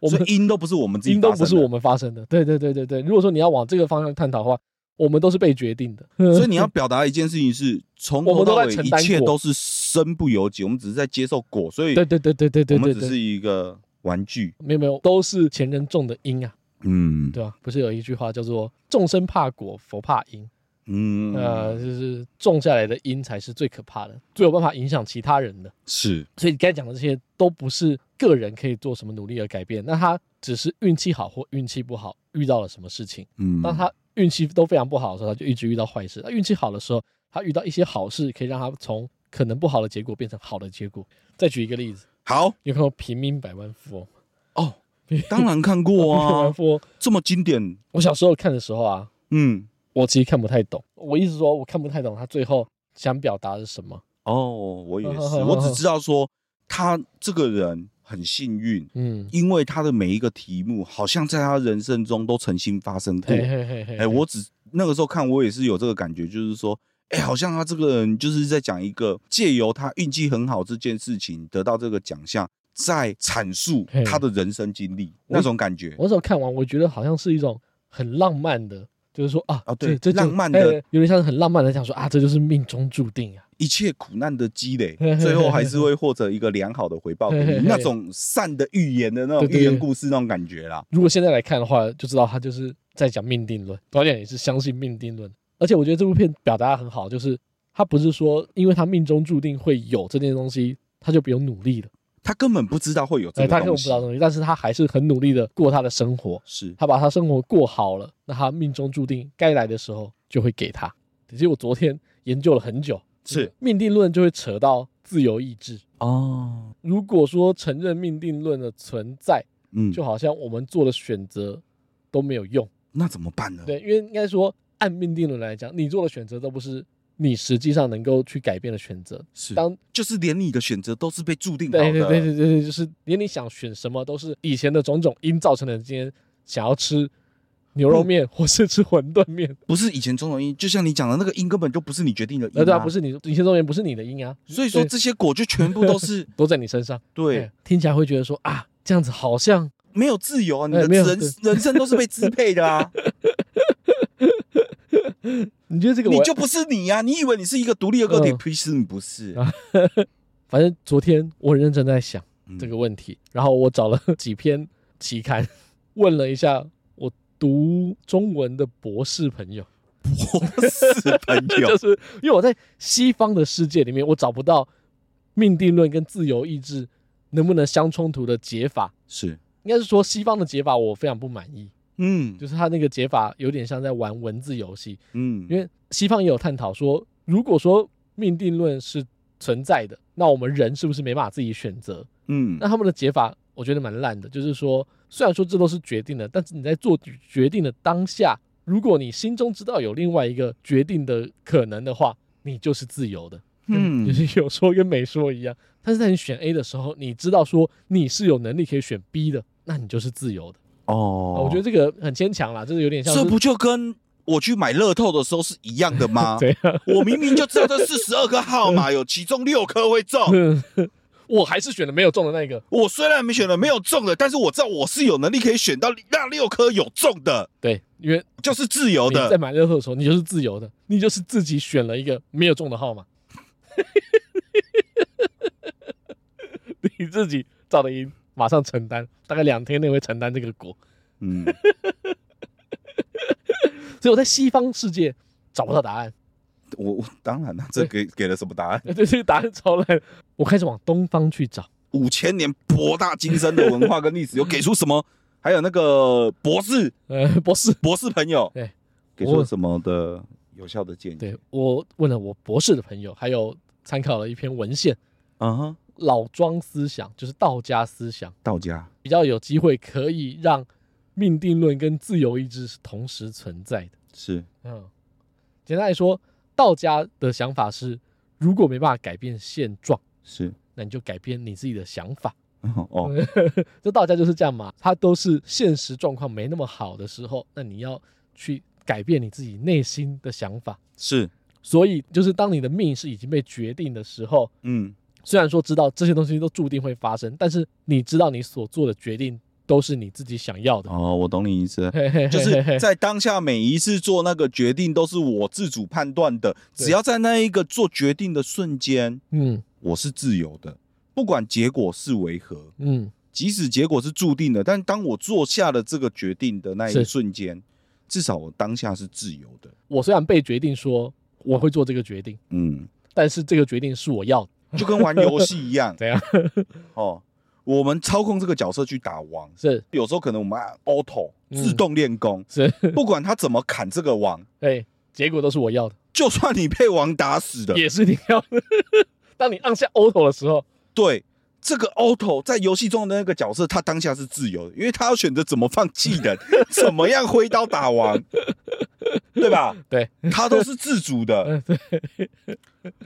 我所们以因都不是我们自己，因都不是我。们发生的。对对对对对，如果说你要往这个方向探讨的话，我们都是被决定的。 所以你要表达一件事情是，从我头们到都在尾承一担切果都是身不由己，我们只是在接受果，所 以对对对对对我对们对只对，是一个玩具。没有没有，都是前人种的因啊，嗯，对吧、不是有一句话叫做“众生怕果，佛怕因”，嗯，呃，就是种下来的因才是最可怕的，最有办法影响其他人的。是所以该讲的这些都不是个人可以做什么努力而改变，那他只是运气好或运气不好遇到了什么事情。嗯，当他运气都非常不好的时候，他就一直遇到坏事；他运气好的时候，他遇到一些好事，可以让他从可能不好的结果变成好的结果。再举一个例子， 好你有看过《平民百万富翁》吗？哦，当然看过 啊，我这么经典，我小时候看的时候啊，嗯，我其实看不太懂。我一直说我看不太懂他最后想表达的是什么。哦，我也是， 我只知道说他这个人很幸运，嗯，因为他的每一个题目好像在他人生中都曾经发生过。嘿哎、嘿嘿嘿，我只那个时候看，我也是有这个感觉，就是说，哎、好像他这个人就是在讲一个借由他运气很好这件事情得到这个奖项，在阐述嘿他的人生经历我那种感觉。我那时候看完，我觉得好像是一种很浪漫的，就是说啊，啊对这这就浪漫的哎有点像是很浪漫的讲说啊，这就是命中注定啊。一切苦难的积累 嘿嘿，嘿最后还是会获得一个良好的回报给嘿嘿嘿你，那种善的预言的那对种对寓言故事那种感觉啦。如果现在来看的话，就知道他就是在讲命定论，导演也是相信命定论。而且我觉得这部片表达的很好，就是他不是说因为他命中注定会有这件东西，他就不用努力了，他根本不知道会有这哎，个他根本东不知西，道这东西，但是他还是很努力的过他的生活，是他把他生活过好了，那他命中注定该来的时候就会给他。其实我昨天研究了很久，是命定论就会扯到自由意志。哦，如果说承认命定论的存在，嗯，就好像我们做的选择都没有用。那怎么办呢？对，因为应该说按命定论来讲，你做的选择都不是你实际上能够去改变的选择。是当就是连你的选择都是被注定好对的，对对对对对，就是连你想选什么都是以前的种种因造成的。今天想要吃牛嗯肉面，或是吃馄饨面，不是以前种种因，就像你讲的那个因根本就不是你决定的因、呃，对啊，不，是你以前中原不是你的因啊，所以说对这些果就全部 都是都在你身上。对哎，，听起来会觉得说啊，这样子好像没有自由啊，你哎的没有人对人生都是被支配 的啊，你觉得这个我你就不是你呀、啊，你以为你是一个独立的个体，嗯其实你不是啊，反正昨天我很认真在想嗯这个问题，然后我找了 几篇期刊，问了一下我读中文的博士朋友， 我是朋 友就，是因为我在西方的世界里面，我找不到命定论跟自由意志能不能相冲突的解法。是，应该是说西方的解法我非常不满意，嗯就是他那个解法有点像在玩文字游戏，嗯，因为西方也有探讨说，如果说命定论是存在的，那我们人是不是没办法自己选择？嗯那他们的解法我觉得蛮烂的，就是说，虽然说这都是决定的，但是你在做决定的当下，如果你心中知道有另外一个决定的可能的话，你就是自由的。嗯就是有说跟没说一样。但是在你选 A 的时候，你知道说你是有能力可以选 B 的，那你就是自由的。哦，我觉得这个很牵强啦，就是有点像是这不就跟我去买乐透的时候是一样 的吗？怎样？我明明就知道这四十二颗号码有其中六颗会嗯中，我还是选了没有中的那个。我虽然没选了没有中的，但是我知道我是有能力可以选到那六颗有中的，对，因为就是自由你在的。买乐透的时候，你就是自由的，你就是自己选了一个没有中的号码， 你自己照的赢，马上承担，大概两天内会承担这个果。嗯，所以我在西方世界找不到答案，我我当然了，这给给了什么答案？对，这个答案超烂，我开始往东方去找。 五千年博大精深的文化跟历史，有给出什么？还有那个博士呃，博士，博士朋友，对，给出了什么的有效的建议？对我问了我博士的朋友，还有参考了一篇文献，啊哈，老庄思想就是道家思想。道家比较有机会可以让命定论跟自由意志是同时存在的。是嗯，简单来说，道家的想法是，如果没办法改变现状，是，那你就改变你自己的想法。 哦，这道家就是这样嘛，他都是现实状况没那么好的时候，那你要去改变你自己内心的想法。是，所以，就是当你的命是已经被决定的时候，嗯，虽然说知道这些东西都注定会发生，但是你知道你所做的决定都是你自己想要的。哦，我懂你意思。嘿嘿嘿 就嘿嘿是在当下每一次做那个决定都是我自主判断的，对只要在那一个做决定的瞬间， 嗯我是自由的，不管结果是为何，嗯，即使结果是注定的，但当我做下了这个决定的那一是瞬间，至少我当下是自由的。我虽然被决定说我会做这个决定，嗯，但是这个决定是我要的，就跟玩游戏一 样怎样？哦，我们操控这个角色去打王，是有时候可能我们按 auto 嗯自动练功，是， 不管他怎么砍这个王，对，哎结果都是我要的，就算你被王打死 的，也是你要的。当你按下 auto 的时候，对，这个 Otto 在游戏中的那个角色，他当下是自由的，因为他要选择怎么放 技能，怎么样挥刀打王，对 吧？对，他都是自主的嗯，对，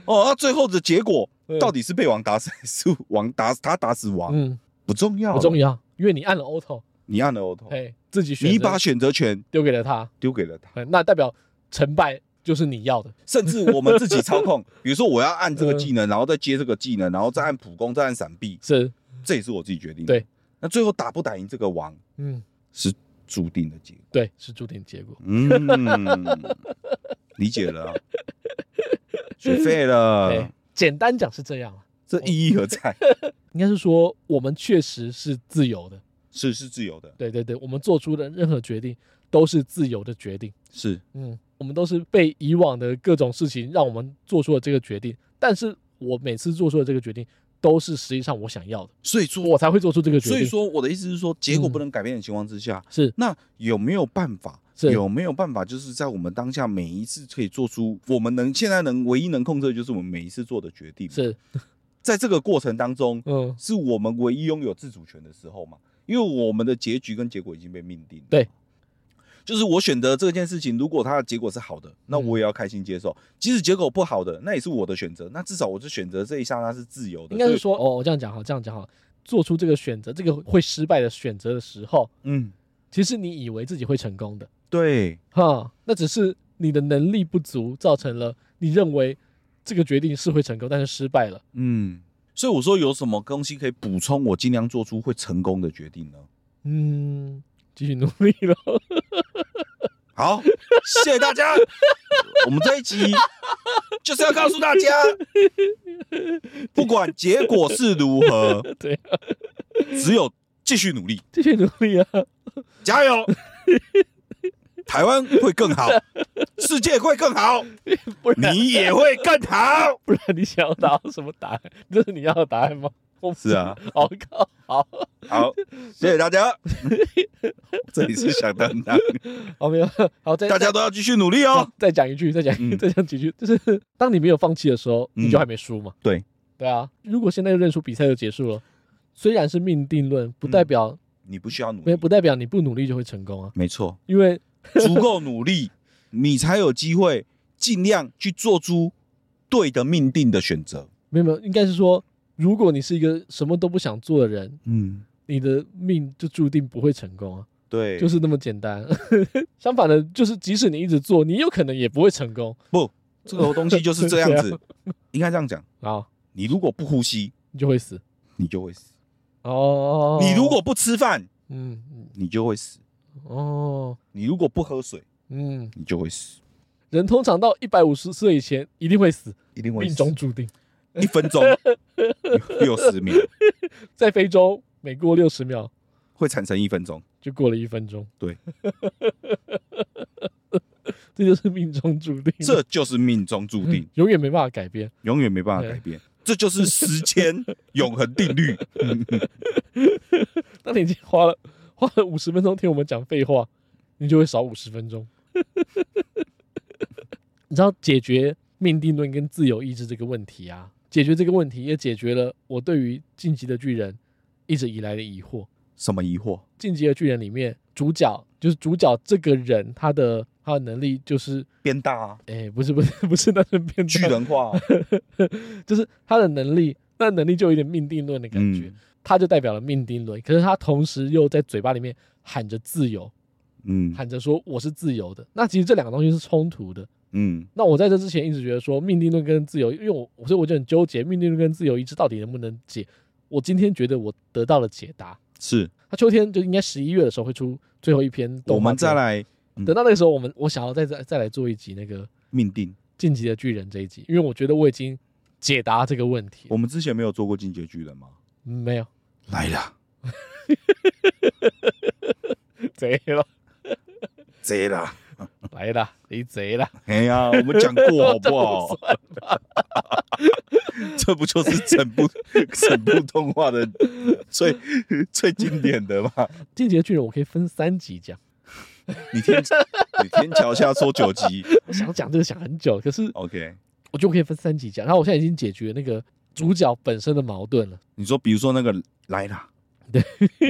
哦。那最后的结果嗯到底是被王打死，还是王打死他打死王？嗯，不重要，不重。要，啊因为你按了 auto，你按了 Otto，嘿，自己选择，哦你把选择权丢给了他，丢给了他，嘿那代表成败就是你要的，甚至我们自己操 控。比如说，我要按这个技嗯能，然后再接这个技能，然后再按普攻，再按闪避，是，这也是我自己决定。对，那最后打不打赢这个王嗯，是注定的结果。对，是注定结果。嗯， 理解了啊，学废了哎，，简单讲是这样啊，这意义 何在？应该是说我们确实是自由的，是是自由的，对对对，我们做出的任何决定都是自由的决定，是嗯，我们都是被以往的各种事情让我们做出了这个决定，但是我每次做出的这个决定都是实际上我想要的，所以说，我才会做出这个决定。所以说我的意思是说，结果嗯不能改变的情况之下，是那有没有办法？是有没有办法？就是在我们当下每一次可以做出我们能现在能唯一能控制的，就是我们每一次做的决定。是，在这个过程当中，嗯，是我们唯一拥有自主权的时候嘛，因为我们的结局跟结果已经被命定了。对，就是我选择这件事情，如果它的结果是好的，那嗯我也要开心接受；即使结果不好的，那也是我的选择。那至少我是选择这一刹那是自由的。应该是所以，说，哦，我这样讲好，这样讲好，做出这个选择，这个会失败的选择的时候，嗯，其实你以为自己会成功的，对，哈，那只是你的能力不足，造成了你认为这个决定是会成功，但是失败了。嗯。所以我说有什么东西可以补充，我尽量做出会成功的决定呢？嗯，继续努力咯。好，谢谢 大家。我们这一集就是要告诉大 家，不管结果是如何，对啊，只有继续努力，继续努力啊！加油！ 台湾会 更好，世界会更好，不然你也会更好。不然你想要达到什么答案？这是你要的答案吗？我不是啊知道，我靠，好，好，谢谢 大家。这里是想当当，好哦没有，好再大家都要继续努力哦。再讲一句，再讲一句嗯再讲几句，就是当你没有放弃的时候，嗯你就还没输嘛。对，对啊，如果现在就认输，比赛就结束了。虽然是命定论，不代表你不需要努没力，不代表你不努力就会成功啊，没错，因为 足够努力，你才有机会尽量去做出对的命定的选择。没有没有，应该是说，如果你是一个什么都不想做的人，嗯，你的命就注定不会成功啊，对，就是那么简单。 相反的，就是即使你一直做，你有可能也不会成功。不，这个东西就是这样 对啊子，应该这样讲。好，你如果不呼吸，你就会死。你就会死；哦，你如果不吃饭，嗯嗯你就会死；哦你如果不喝水，嗯，你就会死，人通常到一百五十岁以前一定会死，一定会命死。中注定。一分 钟六十秒在非洲，每过六十秒会产生一分钟，就过了一分钟。对， 这就是命中嗯注定，这就是命中注定，永远没办法改变。永远没办法改变。这就是时间永恒 定律。那你已经花了 花了五十分钟听我们讲废话，你就会少五十分钟。 你知道解决命定论跟自由意志这个问题啊，解决这个问题也解决了我对于《晋级的巨人》一直以来的疑惑。《什么疑惑？晋级的巨人》里面主角就是主角这个人，他的他的能力就是，变大、啊，哎、不是不是不是那是变态巨人化、啊。 就是他的能力，那能力就有点命定论的感觉，嗯他就代表了命定论，可是他同时又在嘴巴里面喊着自由，嗯喊着说我是自由的。那其实这两个东西是冲突的。嗯，那我在这之前一直觉得说命定论跟自由，因为我所以我就很纠结命定论跟自由意志到底能不能解。我今天觉得我得到了解答。是他秋天就应该十一月的时候会出最后一篇动画片我们再，来等到那个时候，我们我想要再再再来做一集那个《命定。晋级的巨人》这一集，因为我觉得我已经解答这个问题了。我们之前没有做过进阶巨人吗？嗯没有来了，贼了，贼 了！来啦，你贼了，哎呀，我们讲 过好不这不好？ 这不就是整 部整部动画的最最经典的吗？晋级的巨人我可以分三集讲，你天你天桥下说九级我想讲这个想很久，可是，OK，我觉得我可以分三集讲。然后我现在已经解决那个主角本身的矛盾了。你说，比如说那个来啦，对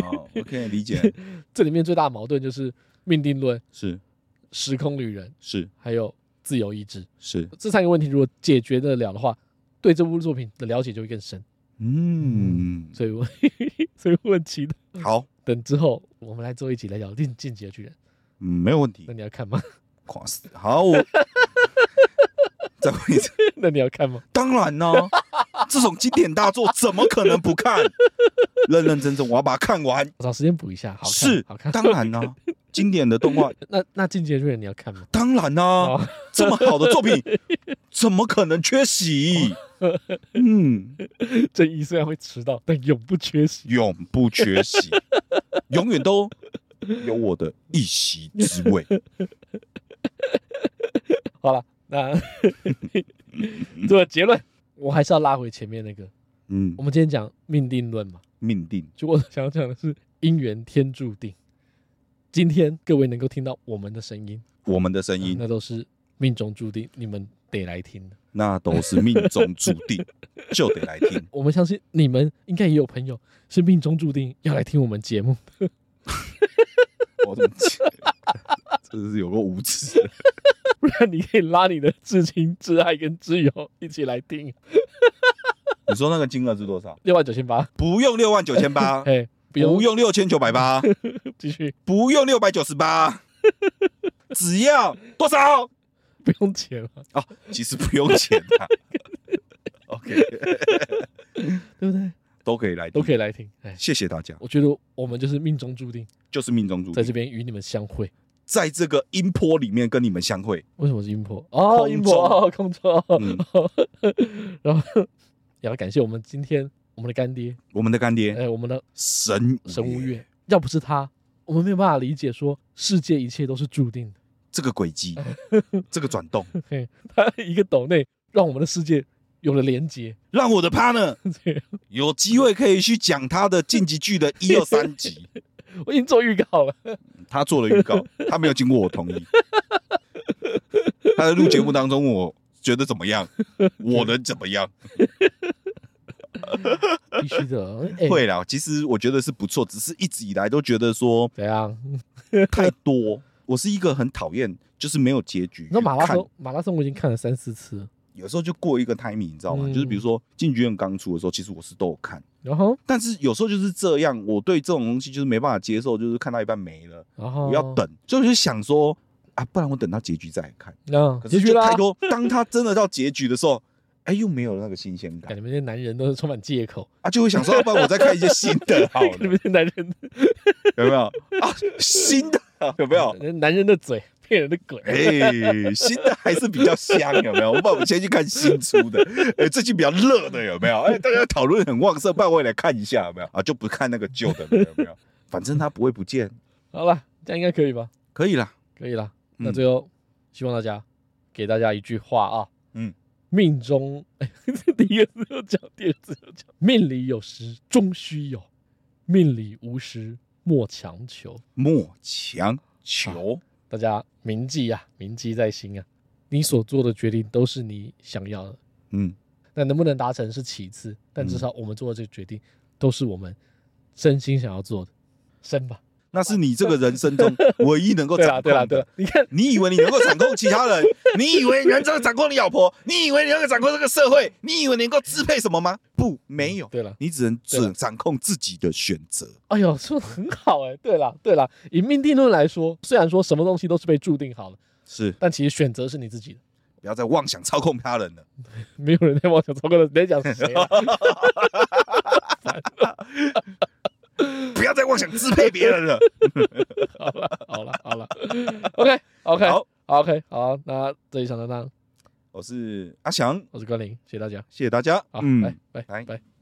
哦，OK，理解， 这里面最大的矛盾就是命定论、是时空旅人，是还有自由意志是，这三个问题，如果解决得了的话，对这部作品的了解就会更深。嗯，所以我， 所以我很期待，好，等之后我们来做一集来聊《进进击的巨人》，嗯，没有问题那，你要看吗？ 垮死，好，我再问一次，那你要看吗？当然呢、这种经典大作怎么可能不看？认认真真，我要把它看完。找时间补一下，好看，是好看，。当然啦、经典的动画，那那《进击的巨人》你要看吗？当然啦、 哦这么好的作品，怎么可能缺席？嗯，正义虽然会迟到，但永不缺席。永不缺席，永远都有我的一席之位。好了，那 做个结论，我还是要拉回前面那个。嗯我，们今天讲命定论嘛，命定就我想讲的是因缘天注定。今天各位能够听到我们的声音，我们的声嗯音，那都是命中注定，你们得来听的。那都是命中注定，就得来听。我们相信你们应该也有朋友是命中注定要来听我们节目。 我怎么讲？真是有个无耻的。不然你可以拉你的至亲、至爱跟挚友一起来听，你说那个金额是多少？六万九千八，不用六万九千 八，哎，不用啊不用六千九百八，继续，不用六百九十八，只要多少？不用钱了，哦，其实不用钱的、OK，对不对？都可以来，都可以。以来听。哎，谢谢大家，我觉得我们就是命中注定就是命中注在定，这边与你们相会。在这个音波里面跟你们相会。为什么是音波？哦，空音波，哦空中。嗯 然后也要感谢我们今天我们的干爹，我们的干爹哎，我们的神神无月，要不是他，我们没有办法理解说世界一切都是注定的。 这个轨迹，哦这个转动，嘿，他一个抖内让我们的世界有了连接。让我的 partner 对，有机会可以去讲他的晋级剧的一二三集。 我已经做预告 了。他做了 预告，他没有经过我同意。他在录节目当中，我觉得怎么 样？我能怎么样？必须 的，哎、会啦，其实我觉得是不错，只是一直以来都觉得说怎样？太多。我是一个很讨厌，就是没有结局。那马拉看松，马拉松我已经看了三四次了，有时候就过一个 timing，你知道吗？嗯就是比如说《进剧院》刚出的时候，其实我是都有看，然后，但是有时候就是这样，我对这种东西就是没办法接受，就是看到一半没了，然后我要，等，所以我就想说啊，不然我等到结局再来看。嗯，可结是局就啦太。多，当他真的到结局的时候，哎，又没有那个新鲜看感你们这些男人都是充满借口，啊，就会想说，要不然我再看一些新 的好你了，们这些男人，有没有啊？新的有 没有？男人的嘴骗人的鬼。哎、新的还是比较香，有没有？我把我们先去看新出的，哎、最近比较热的有没有？哎、大家讨论很旺盛，不然我也来看一下有没有？啊，就不看那个旧的了，有 没有？反正它不会不见，好了，这样应该可以吧？可以啦。可以啦。那嗯最后，希望大家给大家一句话啊，嗯，命中， 哎，第一个字又讲，第二个字又讲，命里有时终须有，命里无时莫强求。莫强求，大家铭记呀、铭记在心啊。你所做的决定都是你想要的，嗯，那能不能达成是其次，但至少我们做的这个决定都是我们真心想要做的。生吧，那是你这个人生中唯一能够对啦，掌对啦，控对的啦。，你看，你以为你能够掌控其他人？你以为你能够掌控你老婆？你以为你能够掌控这个社会？你以为你能够支配什么吗？不，没有。对了，你只能嗯对啊掌掌控自己的选择。哎呦，说的很好哎、对啦，对啦，以命定论来说，虽然说什么东西都是被注定好的，是，但其实选择是你自己的，不要再妄想操控他人了。没有人在妄想操控的，你在讲谁啊？不要再妄想支配别 人了。好了，好了，好了，OK，OK，、好 o k 好，那这里想当当，我是阿翔，我是关林，谢谢大家，谢谢大家。好，拜拜嗯拜拜。